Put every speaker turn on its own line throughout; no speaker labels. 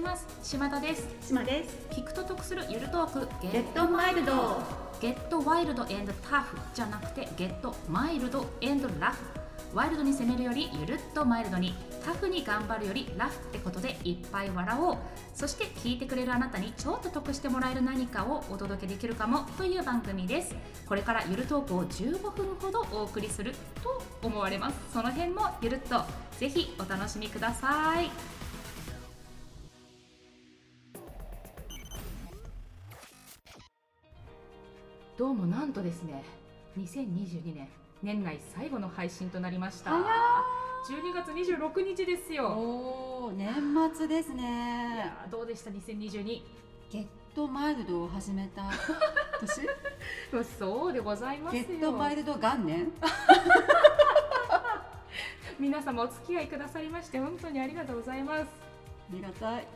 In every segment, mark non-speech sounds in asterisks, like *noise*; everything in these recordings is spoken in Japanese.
ます島田です
島です
聞くと得するゆるトークゲ
ゲットマイルド
ゲットワイルドエンドタフじゃなくてゲットマイルドエンドラフワイルドに攻めるよりゆるっとマイルドにタフに頑張るよりラフってことでいっぱい笑おうそして聞いてくれるあなたにちょっと得してもらえる何かをお届けできるかもという番組ですこれからゆるトークを15分ほどお送りすると思われますその辺もゆるっとぜひお楽しみくださいどうもなんとですね2022年年内最後の配信となりました
早い
12月26日ですよ
おー年末です
い
ね
やーどうでした2022
ゲットマイルドを始め *laughs* た年
そうでございます
ゲ
よ
ットマイルド元年
皆様お付き合いくださりまして本当にありがとうございます
ありがたい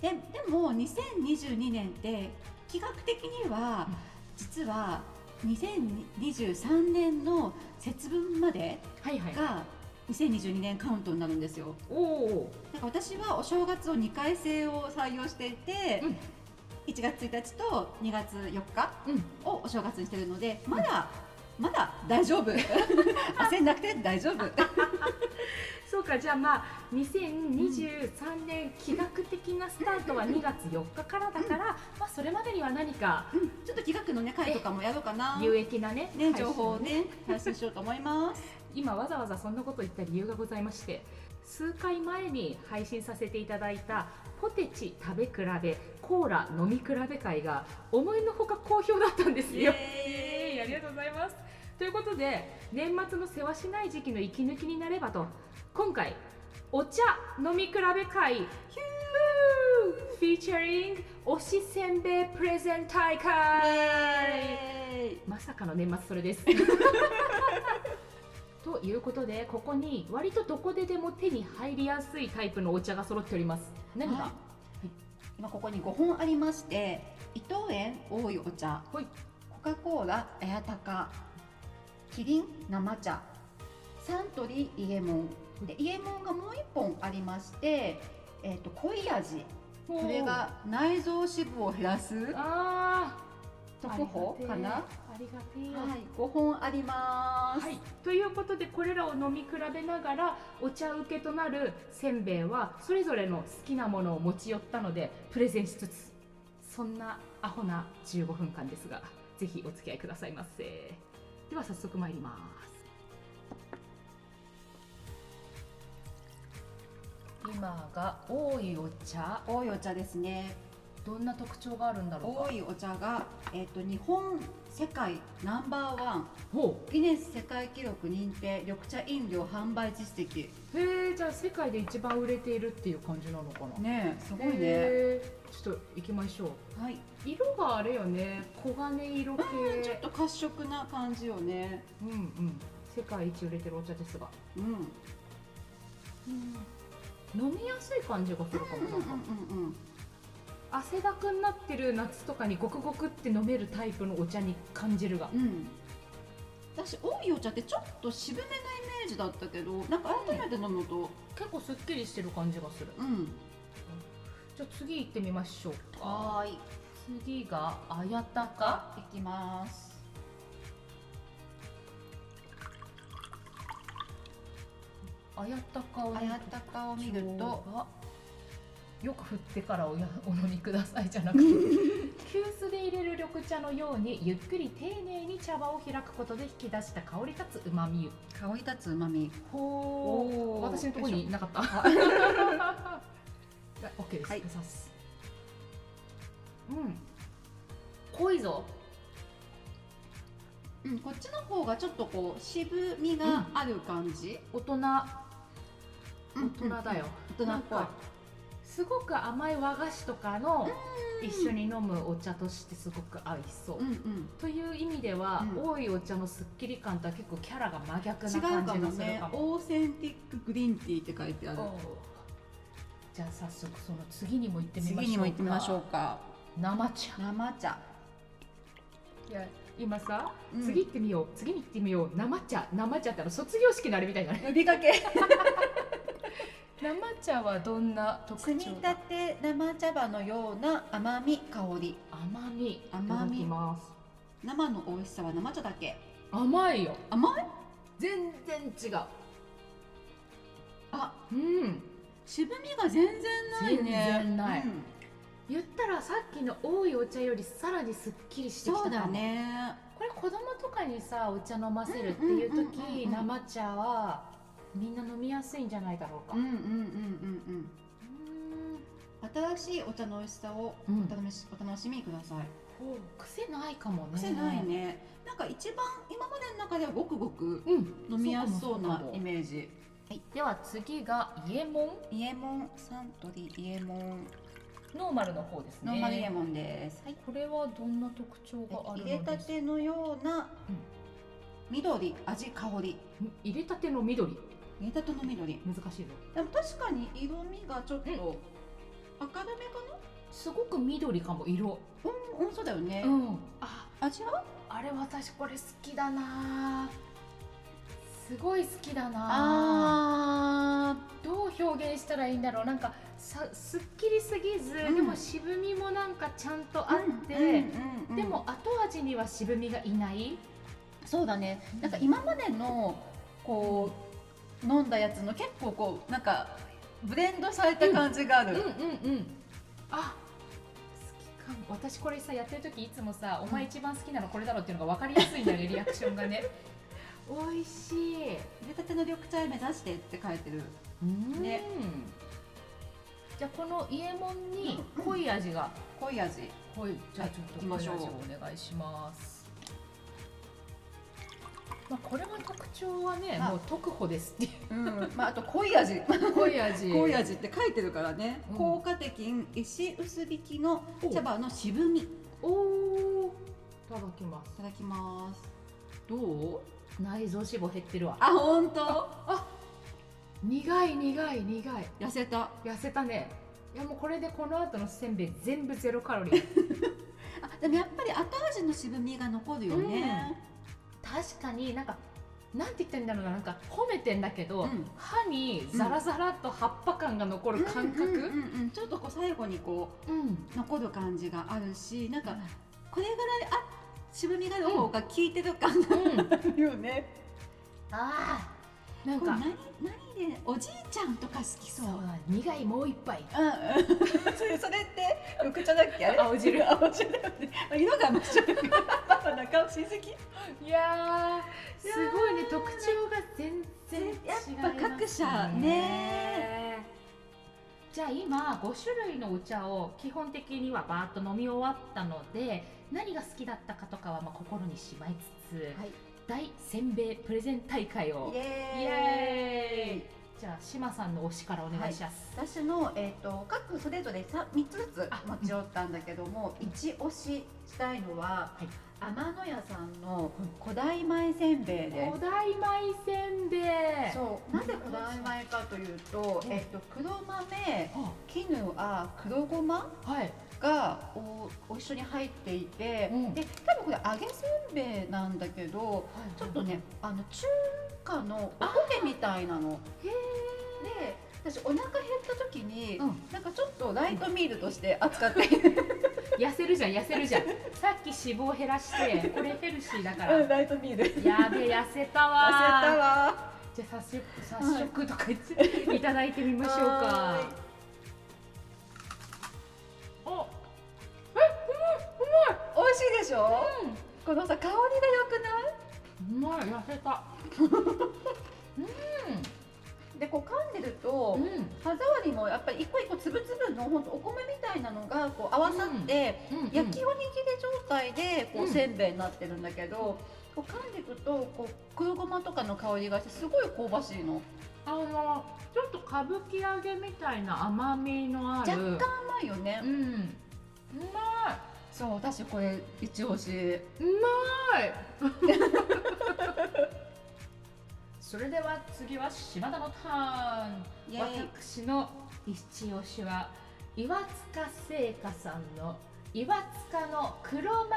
ででも2022年って企画的には
うん
実は2023年の節分まで
はいはい
が2022年カウントになるんですよ
おお
なんか私はお正月を2回制を採用していて、
うん
1月1日と2月4日
うん
をお正月にしてるのでまだ、まだ大丈 *laughs* 夫焦んなくて大丈夫
そうかじゃあまあ2023年企画的なスタートは2月4日からだから、まあそれまでには何か
うんちょっと企画のね会とかもやろうかな
有益なね配
ね
信
情報をね発信しようと思います *laughs*
今わざわざそんなこと言った理由がございまして数回前に配信させていただいたポテチ食べ比べコーラ飲み比べ会が思いのほか好評だったんですよ。イエーイありがとうございますということで年末の世話しない時期の息抜きになればと今回お茶飲み比べ会ヒューフィーチャリング推しせんべいプレゼン大会
イエーイ
まさかの年末それ
*laughs*
です。ということでここに割とどこででも手に入りやすいタイプのお茶が揃っております。何
は
が
い？今ここに5本ありまして伊藤園多いお茶
ほい
コカ・コーラエアタカキリン生茶サントリーイエモンでイエモンがもう1本ありまして、えー、と濃い味これが内臓脂肪を減らす
ああ
特保かな
あ
は
りがてえよ。
い5本あります、
はい、ということでこれらを飲み比べながらお茶受けとなるせんべいはそれぞれの好きなものを持ち寄ったのでプレゼンしつつそんなアホな15分間ですがぜひお付き合いくださいませでは早速参ります今が多いお茶
多いお茶ですね
どんな特徴があるんだ
多いお茶が、えー、と日本世界ナンバーワン
ほ
ギネス世界記録認定緑茶飲料販売実績
うへえじゃあ世界で一番売れているっていう感じなのかな
ねえすごいね
へーちょっと行きましょう
はい
色があれよね黄金色系
ちょっと褐色な感じよね
うんうん世界一売れてるお茶ですが、
うん
飲みやすい感じがするかも
うんう
なんんか、
うんうん
汗だくになってる夏とかにゴクゴクって飲めるタイプのお茶に感じるが
うん私多いお茶ってちょっと渋めなイメージだったけどなんか改めて飲むと
結構すっきりしてる感じがする
うん
じゃあ次行ってみましょうか
ーい
次があやたか
いきます
あやたかを
あやたかを見ると
よく振ってからおやお飲みくださいじゃなくて急須で入れる緑茶のようにゆっくり丁寧に茶葉を開くことで引き出した香り立つうまみ
香り立つうまみ
ほ
おー
私のところにいなか *laughs* ったオッケーです、
はい
刺すうん濃いぞ
うんこっちの方がちょっとこう渋みがある感じ、
大人
う
大人だよ、
大人
な
っ
ん
ぽい
かすごく甘い和菓子とかの一緒に飲むお茶としてすごく合いそう、
うんうん
という意味では、
うん
多いお茶のすっきり感とは結構キャラが真逆
違
な
うか
感じ
も
がする
ね
かも
オーセンティックグリーンティーって書いてある
おうじゃあ早速その次にも行ってみましょうか
次にも行ってみましょうか
生茶
生茶、
いや今さ、
うん
次行ってみよう次
*laughs*
に行ってみよう生茶生茶ってあの卒業式のあれみたいじゃない
呼びかけ
生茶はどんな特
摘み
徴
立
が
て生茶葉のような甘み香り
甘み
甘
いただ
み
きます
生の美味しさは生茶だけ
甘いよ
甘い
全然違う
あ
うん
渋みが全然ないね
全然ない
うん
言ったらさっきの多いお茶よりさらにすっきりしてきたか
そう
も
だね
これ子供とかにさお茶飲ませるっていう
うんうんうんうんう
時
ん
生茶はみんな飲みやすいんじゃないだろうか
うんうんうんうんうん新しいお茶の美味しさを
うん
お楽し,、お楽しみください
ほう癖ないかもね
癖ないねなんか一番今までの中ではごくごく
うん
飲みやすそう
か
な
もか
イ
も
メージ
では次が伊右衛門
イエモンサントリーイエモン
ノーマルの方ですね
ノーマルイエモンです、はい
これはどんな特徴があるの
入れた
ですか
てのような
うん
緑味香り
入れたての緑
入れたての緑
難しいぞ
でも確かに色味がちょっと
うん
明るめかな
すごく緑かも色
うん、うん、そうだよね、
うんあ
味は
あれ私これ好きだなすごい好きだな
あ
どう表現したらいいんだろうなんかさすっきりすぎず、
うん
でも渋みもなんかちゃんと
あ
あ
っ
って、
て、
でも後味には渋みがいない
そうだねなんか今までのこう飲んだやつの結構こうなんかブレンドされた感じがある、
うんうんうんあ好きかも私これさやってる時いつもさ「お前一番好きなのこれだろ」っていうのが分かりやすいんだよね *laughs* リアクションがね美味しい
入れたての緑茶を目指してって書いてる
うん
ね
じゃあこの伊右衛門に濃い味が
濃い味
はい、じゃあちょっと
行きま
濃い
し
味
ょ
を
う
お願いします。まあこれは特徴はね、
あ
もう特保ですってい
うんまああと濃い味
う *laughs* 濃い味。
濃い味って書いてるからね、
うん
効果的石薄引きの茶葉の渋みい
おおー。いただきます。
ただきますどう
内臓脂肪減ってるわ。
あ本当
苦い苦い苦い。
痩せた
痩せたね。いやもうこれでこの後のせんべい全部ゼロカロリー。
あでもやっぱり後味の渋みが残るよね、
*laughs* 確かになんか。なんて言ったらいいんだろうな、なんか褒めてんだけど、
うん
歯にザラザラっと葉っぱ感が残る感覚。
うんうんうんうんちょっとこう最後にこ
うん
う残る感じがあるしなんか
うん
これぐらいあ渋みがどうか効いてる感が
うん、
あるよね、
ああなん
これ
か
何何でおじいちゃんとか好きそう
そうだ苦いもう一杯
うんうん、 *laughs* それそれって緑茶だっけあれ
青汁
青汁だよね色が真っ白いパパ仲良し好き
いやー
いやー
すごいね特徴が全然違います、ね、
やっぱ各社ね
じゃあ今5種類のお茶を基本的にはバーッと飲み終わったので何が好きだったかとかはまあ心にしまいつつ、
はい
大せんべいプレゼン大会を
イエーイ
イエーイじゃあ志麻さんの推しからお願いします、
私の、えー、と各それぞれ 3, つずつ
あ
持ち寄ったんだけども、一押ししたいのは、
はい
天野屋さんの古代米せんべいで
古代米せんべい
す。そうなぜ古代米かというと,、
うん
えー、と黒豆
あ
絹あ黒ごま
はい
がおお一緒に入っていて、
うん
で多分これ揚げせんべいなんだけどちょっとねあの中華のおこげみたいなの。
へ
で私お腹減った時に、
うん
なんかちょっとライトミールとして扱っている、
痩せるじゃん痩せるじ *laughs* ゃんさっき脂肪減らしてこれヘルシーだから
*laughs* ライトミール痩せ
やべえ痩せた
た
わ
わ
じゃあ早速早速とか言っていただいてみましょうか
は
お
ーい美味しいでしょ
う
このさ香りが良くない
んうまい痩せたう
でこう噛んでると
んうん
歯触りもやっぱり一個一個粒々のほんとお米みたいなのがこう合わさって、
うん
焼きおにぎり状態で
う
こうんせんべいになってるんだけど、こう噛んでいくとこう黒ごまとかの香りがしてすごい香ばしいの
あのちょっと歌舞伎揚げみたいな甘みのある
若干甘いよね、
うんうまい
そう私これ一押し
うまい *laughs* それでは次は島田のターン
イエーイ
私の一押しは岩塚製菓さんの岩塚の黒豆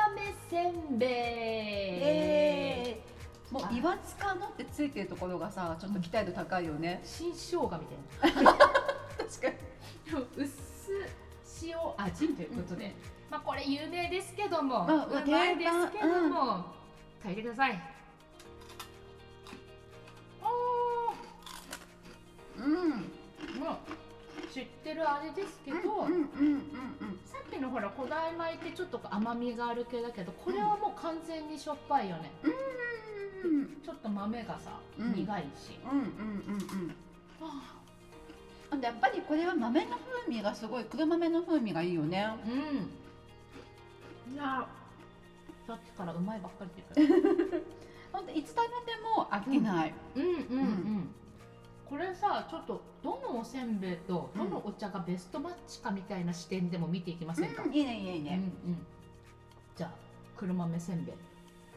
せんべい、
えー、も
あ
う岩塚のってついてるところがさちょっと期待度高いよね、
新生姜みたい
確かに
薄塩味ということで、まあこれ有名ですけども、
まあ
うまいですけど
定
も、食べてくださいお
うん
ーもう知ってる味ですけど、
うんうんうん
さっきのほら古代米ってちょっと甘みがある系だけどこれはもう完全にしょっぱいよね、
うんうん
ちょっと豆がさ、
うん
苦いし、
うんうんうんうんあとやっぱりこれは豆の風味がすごい黒豆の風味がいいよね
うんいやさっきからうまいばっかりって言って
ほんといつ食べても飽きない、
たうんうん
うん
これさちょっとどのおせんべいとどのお茶がベストマッチかみたいな視点でも見ていきませんか、
いいねいいねいいね、
うんうんじゃあ黒豆せんべい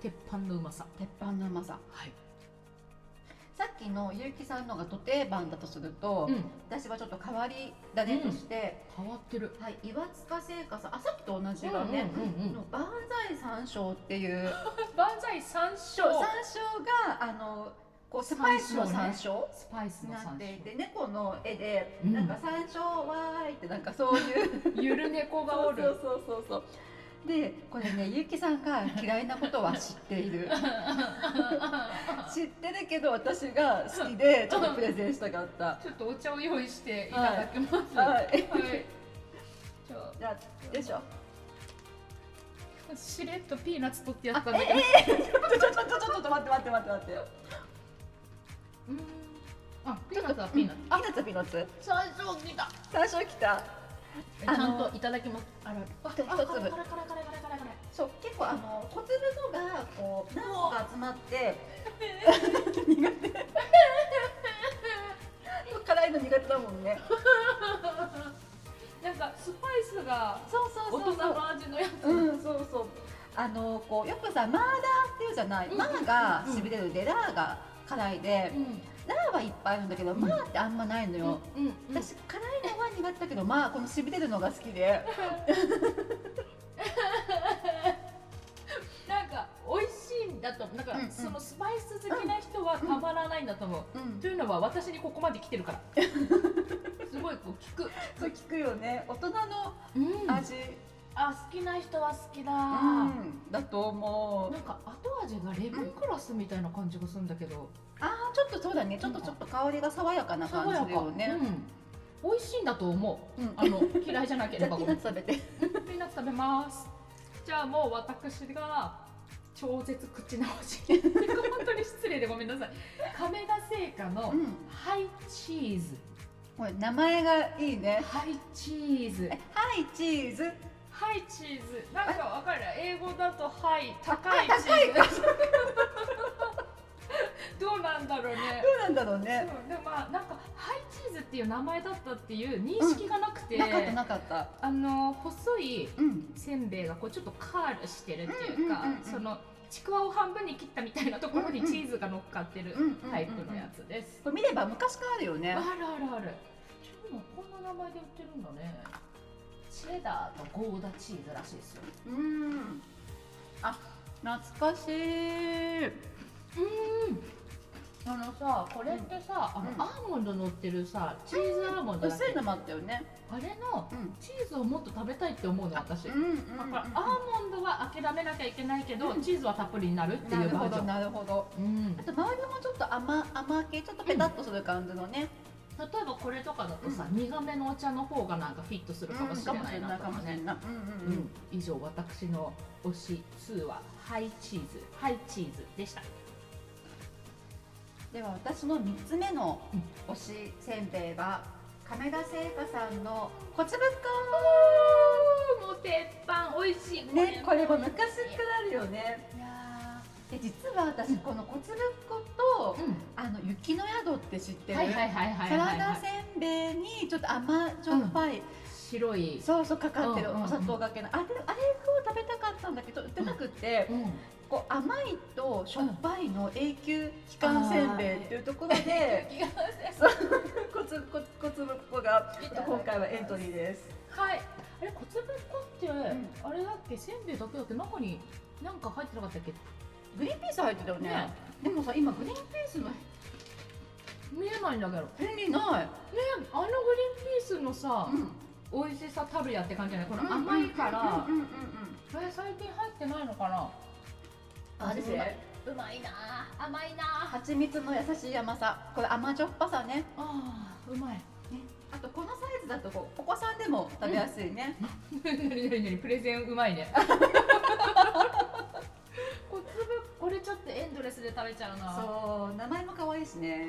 鉄板のうまさ
鉄板のうまさ
はい、
さっきのゆうきさんのがと定番だとすると、
うん、
私はちょっと変わり種として、
変わってる
はい、岩塚製菓さんあさっきと同じだね、
うんうんうんうん
の万歳山椒っていう
万歳山
山椒
椒
があのこうスパイスの山椒
スパイス
に
の
な
山
ってい
椒
て猫の絵で、
うん
なんか山椒わーいってなんかそういう
ゆる猫がおる
そうそうそうそうそうでこれねゆうきさんが嫌いなことは知っている知ってるけど私が好きでちょっとプレゼンしたかった
ちょっとお茶を用意していただきます。
はい
はい。じゃ
じゃあよいしょ
あ、しれっとピーナッツ取ってやったんだけど。
ちょちょちょちょちょっと待って待って待って待って
うんあ、ピーナッツはピーナッツ。
あピーナッツピーナッツ
山椒きた。
山椒き
ち
たあの
ゃんといただきます。あら、あ、
一粒
あカラカラカラカラカラカラカラ。
そう結構あの小粒のがこう何個か集まって苦手辛いの苦手だもんね
なんかスパイスが
そうそ
大
うそ
人
うそう
の味のやつ。
うん、そうそう。あのこうよくさマーダーっていうじゃない。
うん
マーがしびれるで、ラーが辛いで、ラーはいっぱいあるんだけど、
ん
マーってあんまないのよ。
うん。うん。
私辛いのは苦手だけど、まあこのしびれるのが好きで、
なんか美味しいんだと思う。なんか
うんうん
そのスパイス好きな人はたまらないんだと思う。
うん
と、いうのは私にここまで来てる *laughs* から。すごいこう聞く。
そう聞くよね。大人の
うん
味、
あ好きな人は好きだ、
うん、だと思う
なん。か後味がレモンクラスみたいな感じがするんだけど、
ああ、ちょっとそうだね。ちょっとちょっと香りが爽やかな感じだよね。
うん、美味しいんだと思う
うん、
あの嫌いじゃなけ
じ
れ
ゃあ
ば
ピ
ごめ
ーナ
ん
ッツ食べて。
ピーナッツ食べますじゃあもう私が超絶口直し本当に失礼でごめんなさい亀田製菓の
うん、
ハイチーズ
これ名前がいいね。
ハイチーズ
えはいチーズ。
ハイチーズなんかわかる英語だとハイ高いチーズ *laughs* どうなんだろうね
どうなんだろう
そう
ね。
でもまあなんかハイチーズっていう名前だったっていう認識がなくて、
なかったなかった。
あの細い
うん。
せんべいがこうちょっとカールしてるっていうか、
うんうんうんうん
そのちくわを半分に切ったみたいなところに
うんうん
チーズが乗っかってる
うんうんうんうん
タイプのやつです、
これ見れば昔からあるよね。
あるあるあるでもこんな名前で売ってるんだねチェダーとゴーダチーズらしいですよ
うん。あ、懐かしい。
うんあのさこれってさ、あの
うん
アーモンド乗ってるさチーズアーモンドだっけ
薄いのもあったよね。
あれの
うん。
チーズをもっと食べたいって思うの私、
うん、うん、
だからアーモンドは諦めなきゃいけないけど、チーズはたっぷりになるって
ないる
うバ
ほ
ージョ
ど、
ン、
なるほど。
うん、
あ
例
と周りもちょっと甘、甘系、ちょっとペタッとする感じのね。
えばこれとかだとさ、苦めのお茶の方がなんかフィットするかもしれないなと
か
か
もしれ
ね、
ない。うん、
う
うんん、
以上私の推し2はハイチーズハイチーズでした
うん。では、私の三つ目の
うん
推しせんべいが。亀田製菓さんの小粒
もう鉄板美味しい
粉。ね、これも昔からあるよね。
いや
で、実は私、この小粒粉と
ー、う
あの雪の宿って知って
ん
る。
はいはいはいはい
サ
は
ラ
い、
ダ
は
せんべいにちょっと甘じょっぱい、
い、白い、
そうそうかかってる
うんうんうん
お砂糖がけの、あれあれを食べたかったんだけど売ってなくて、
うん、
こう甘いとしょっぱいの永久期間せんべいっていうところで、コツコツコツぶっこが
いただきます
今回はエントリーです。
はい。あれ小粒粉って、
ん
あれだっけせんべいだけだっけ中になんか入ってなかったっけ？
グリーンピース入ってたよね。
ね
でもさ今グリーンピースの
見えないんだけどね
便利ない、
あのグリーンピースのさ、
うん、
美味しさたるやって感じじゃないこ
こ
の
の
甘
甘
い
い
か、
からら、
これ最近入ってないのかな
あですね
うまいなあ甘いなあ
蜂蜜の優しい甘さこれ甘じょっぱさね
あーうまい *laughs*
あとこのサイズだとこうお子さんでも食べやすいね、
なになになにプレゼンうま *laughs* いねこれ粒これちょっとエンドレスで食べちゃうな
そう名前も可愛いしね
はい、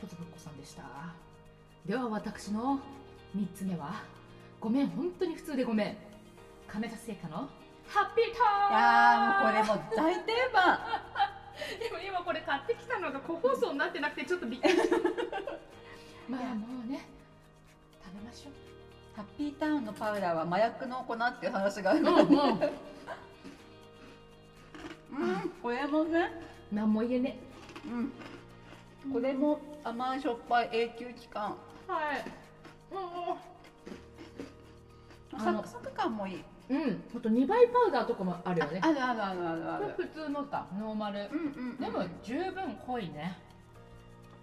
小粒っ子さんでした。では私の3つ目は、ごめん、本当に普通でごめん。亀田製菓のハッピー
い
タ
やーもうこれ
ーン
もう大定番
でも今これ買ってきたのが個包装になってなくてちょっとびっくりした。 *laughs* まあもうね、食べましょう。
ハッピーターンのパウダーは麻薬の粉っていう話があるの
うんうん。
うんこれもね、
何も言えね
うん、これ。も甘いしょっぱい永久期間
はい。あ
サ
の
クサク感もいい
うん、うん。あと2倍パウダーとかもあるよね。
あるあるあるあるあ
これ
る
普通のか、ノーマル。
うんうん、
でも十分濃いね。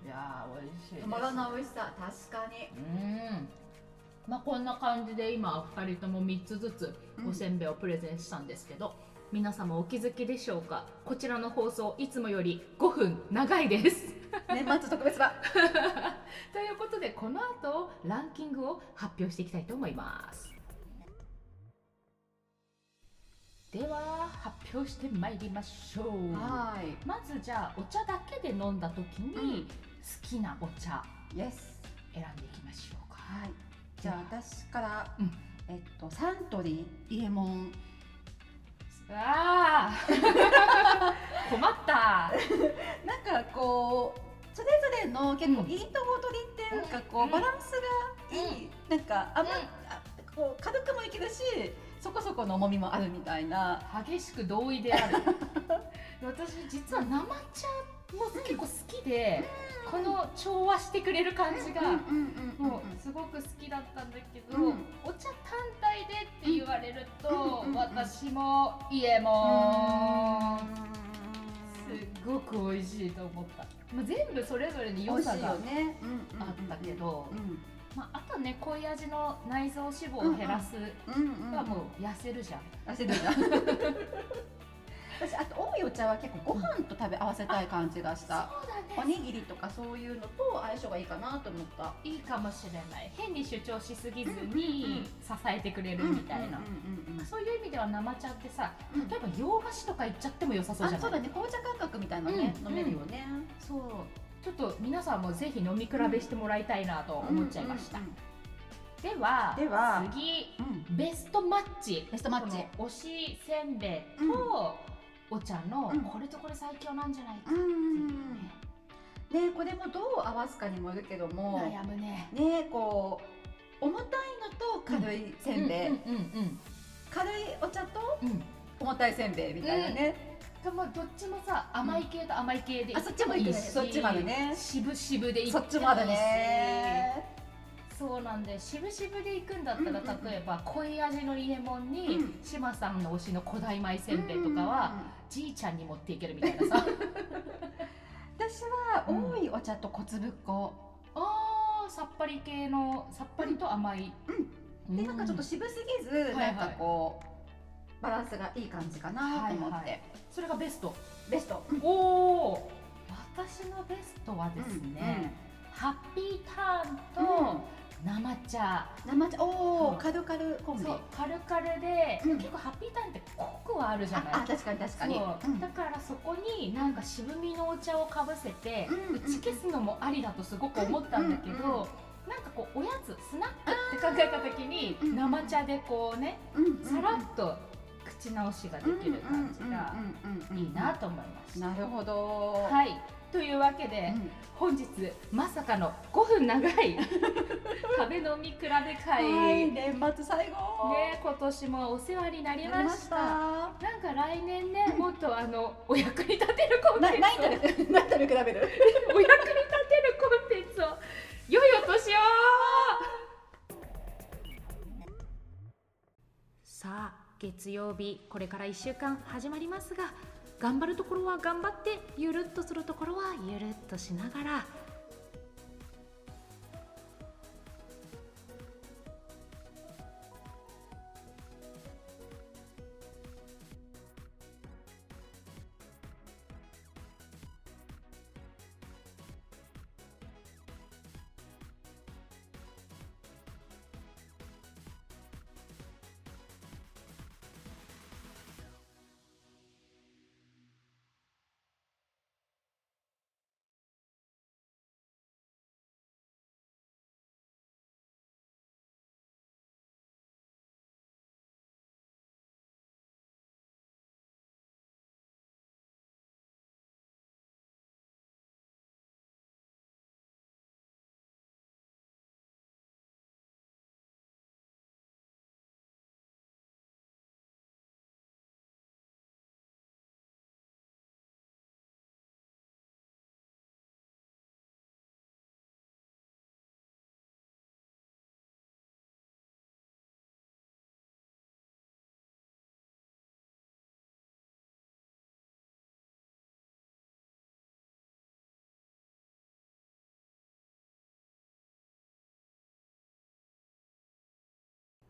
いやー、美味しいです。
たまらない美味しさ確かに
うん。まあ、こんな感じで今二人とも三つずつおせんべいをプレゼンしたんですけど、皆様お気づきでしょうか。こちらの放送いつもより5分長いです。 *laughs*
年末特別版
ということでこの後ランキングを発表していきたいと思います。では発表してまいりましょう。
はーい
まずじゃあお茶だけで飲んだ時に
うん
好きなお茶
イエス
選んでいきましょうか。
はいじゃあ私から、
うん
えっとサントリーイエモン
ああ困った
なんかこうそれぞれの結構
うん
いいとこ取りっていうかこう、
うん
バランスがいい、なんかあんま、
うん
あこう軽くもいけるしそこそこの重みもあるみたいな
激しく同意である私実は生茶も結構好きで、この調和してくれる感じが、もうすごく好きだったんだけど、
うん
お茶単体でって言われると、
うんうんうんうん
私も家もすごく美味しいと思った、まあ、全部それぞれに
美味
良
し
さ
い
があ
よ
っ
ね
たけ、ど
う、ん
まあ、あとね濃い味の内臓脂肪を減らす、
うんうんうん、
はもう痩せるじゃん。
焦るな私あと多いお茶は結構ご飯と食べ合わせたい感じがした、
そうだ
お
ね。
にぎりとかそういうのと相性がいいかなと思った
いいかもしれない。変に主張しすぎずに支えてくれるみたいな
うん。うんうんうん
そういう意味では生茶ってさ、
うん
例えば洋菓子とか行っちゃっても良さそうじ
あ
ゃ
そう
な
だ
い。
ね紅茶感覚みたいなね、
うん
飲めるよね、
そう。ちょっと皆さんもぜひ飲み比べしてもらいたいなと思っちゃいました。
うんうん
では、
では
次
うんうん
ベストマッチ。
ベストマッチ
この推しせんべいと、
う
お茶の、
うん
これとこれ最強なんじゃないか
う
って
ん
いう
うん
ね。
ねこれもどう合わすかにもよるけども
悩むね。
ねこう重たいのと軽いせんべい、
うんうん
軽いお茶と
うんうん。
重たいせんべいみたいなね、
でもどっちもさ甘い系と甘い系で
あそっちもいいねそっちもあるね
渋々でい
そっちもあるね
そうなんで渋々で行くんだったら、
うんうんうん
例えば濃い味の伊右衛門に、
うん
志麻さんの推しの古代米せんべいとかは、じいちゃんに持っていけるみたいな
*laughs*
さ
私は
うん
多いお茶と小粒粉、
あーさっぱり系のさっぱりと甘い、
でなんかちょっと渋すぎず、
いはい
なんかこうバランスがいい感じかなと思って、
はいはいそれがベスト
ベスト
おお私のベストはですね、ハッピーターンと生茶、
生茶おお、
うん
カルカルコンビ
そうカルカルで、
うん
結構ハッピーターンって濃くはあるじゃない
ああ確かに確かに
そうだからそこになんか渋みのお茶をかぶせて、
うん
打ち消すのもありだとすごく思ったんだけど、
うんうんうん
なんかこうおやつスナックって考えた時に
うんうん
生茶でこうね
うんうんうん
さらっと口直しができる感じが
うんうんうんうんうん
いいなと思いました。
なるほど
はいというわけで、
うん
本日まさかの5分長い *laughs* 食べ飲み比べ会、
はい
ね
年末最後
今年もお世話になり
やり
ま
ま
し。
したた
なんか来年ね、もっとあのお役に立てるコンテ
な
ンツを
何食べ *laughs* る何
お役
食べ比べる
に立てるコンテンツを良いお年をさあ月曜日これから1週間始まりますが頑張るところは頑張ってゆるっとするところはゆるっとしながら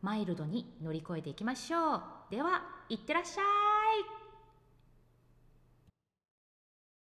マイルドに乗り越えていきましょうではいってらっしゃい